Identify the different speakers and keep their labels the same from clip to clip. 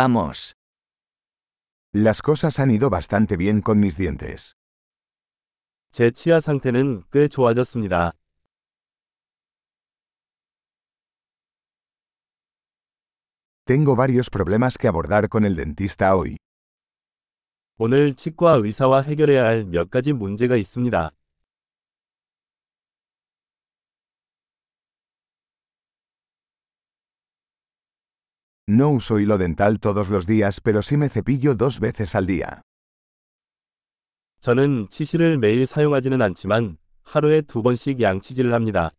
Speaker 1: Vamos.
Speaker 2: Las cosas han ido bastante bien con mis dientes.
Speaker 3: 제 치아 상태는 꽤 좋아졌습니다.
Speaker 2: Tengo varios problemas que abordar con el dentista hoy.
Speaker 3: 오늘 치과 의사와 해결해야 할 몇 가지 문제가 있습니다.
Speaker 2: No uso hilo dental todos los días, pero sí me cepillo dos veces al día.
Speaker 3: 저는 치실을 매일 사용하지는 않지만 하루에 두 번씩 양치질을 합니다.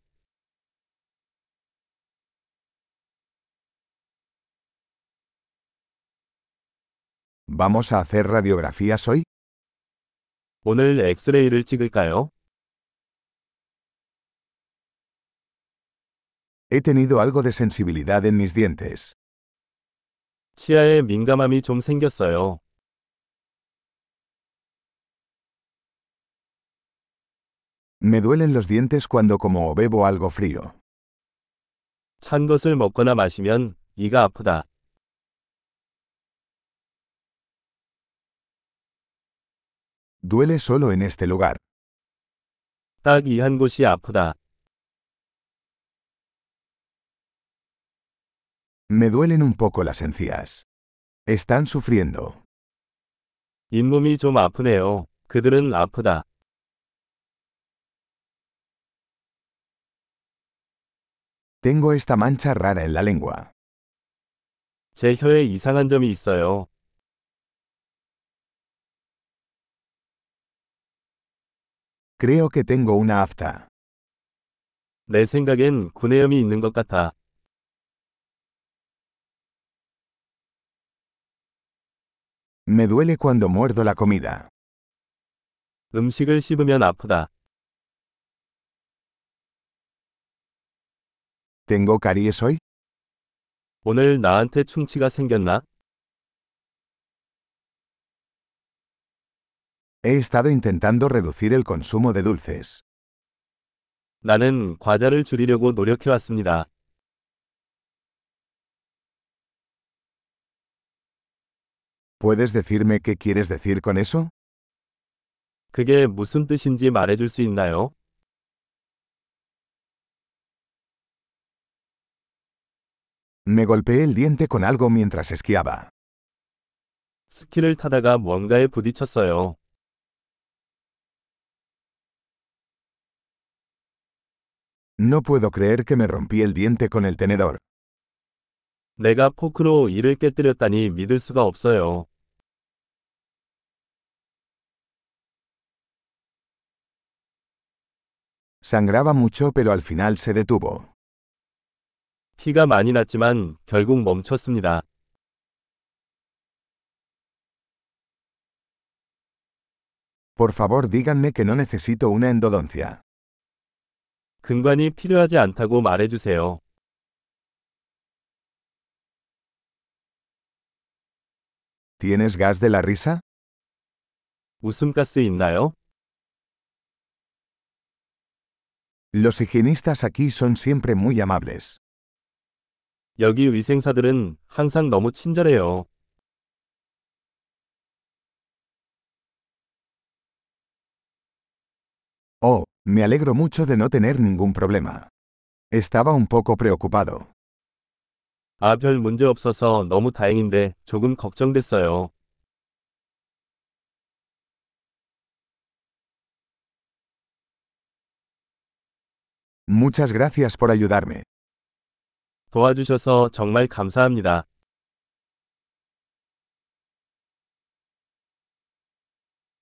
Speaker 2: ¿Vamos a hacer radiografías hoy?
Speaker 3: 오늘 엑스레이를 찍을까요?
Speaker 2: He tenido algo de sensibilidad en mis dientes.
Speaker 3: 치아에 민감함이 좀 생겼어요.
Speaker 2: Me duelen los dientes cuando como o bebo algo frío.
Speaker 3: 찬 것을 먹거나 마시면 이가 아프다.
Speaker 2: Duele solo en este lugar.
Speaker 3: 딱 이 한 곳이 아프다.
Speaker 2: Me duelen un poco las encías. Están sufriendo.
Speaker 3: 잇몸이 좀 아프네요. 그들은 아프다.
Speaker 2: Tengo esta mancha rara en la lengua.
Speaker 3: 제 혀에 이상한 점이 있어요.
Speaker 2: Creo que tengo una afta.
Speaker 3: 내 생각엔 구내염이 있는 것 같아.
Speaker 2: Me duele cuando muerdo la comida.
Speaker 3: 음식을 씹으면 아프다.
Speaker 2: ¿Tengo caries hoy?
Speaker 3: 오늘 나한테 충치가 생겼나?
Speaker 2: He estado intentando reducir el consumo de dulces.
Speaker 3: 나는 과자를 줄이려고 노력해왔습니다.
Speaker 2: ¿Puedes decirme qué quieres decir con eso?
Speaker 3: 그게 무슨 뜻인지 말해줄 수 있나요?
Speaker 2: Me golpeé el diente con algo mientras esquiaba.
Speaker 3: 스키를 타다가 뭔가에 부딪혔어요.
Speaker 2: No puedo creer que me rompí el diente con el tenedor.
Speaker 3: 내가 포크로 이를 깨뜨렸다니 믿을 수가 없어요.
Speaker 2: Sangraba mucho pero al final se detuvo.
Speaker 3: 피가 많이 났지만 결국 멈췄습니다.
Speaker 2: Por favor díganme que no necesito una endodoncia.
Speaker 3: 근관이 필요하지 않다고 말해주세요.
Speaker 2: ¿Tienes gas de la risa?
Speaker 3: 웃음가스 있나요?
Speaker 2: Los higienistas aquí son siempre muy amables.
Speaker 3: 여기 위생사들은 항상 너무 친절해요.
Speaker 2: Oh, me alegro mucho de no tener ningún problema. Estaba un poco preocupado.
Speaker 3: 아, 별 문제 없어서 너무 다행인데 조금 걱정됐어요.
Speaker 2: Muchas gracias por ayudarme.
Speaker 3: 도와주셔서 정말 감사합니다.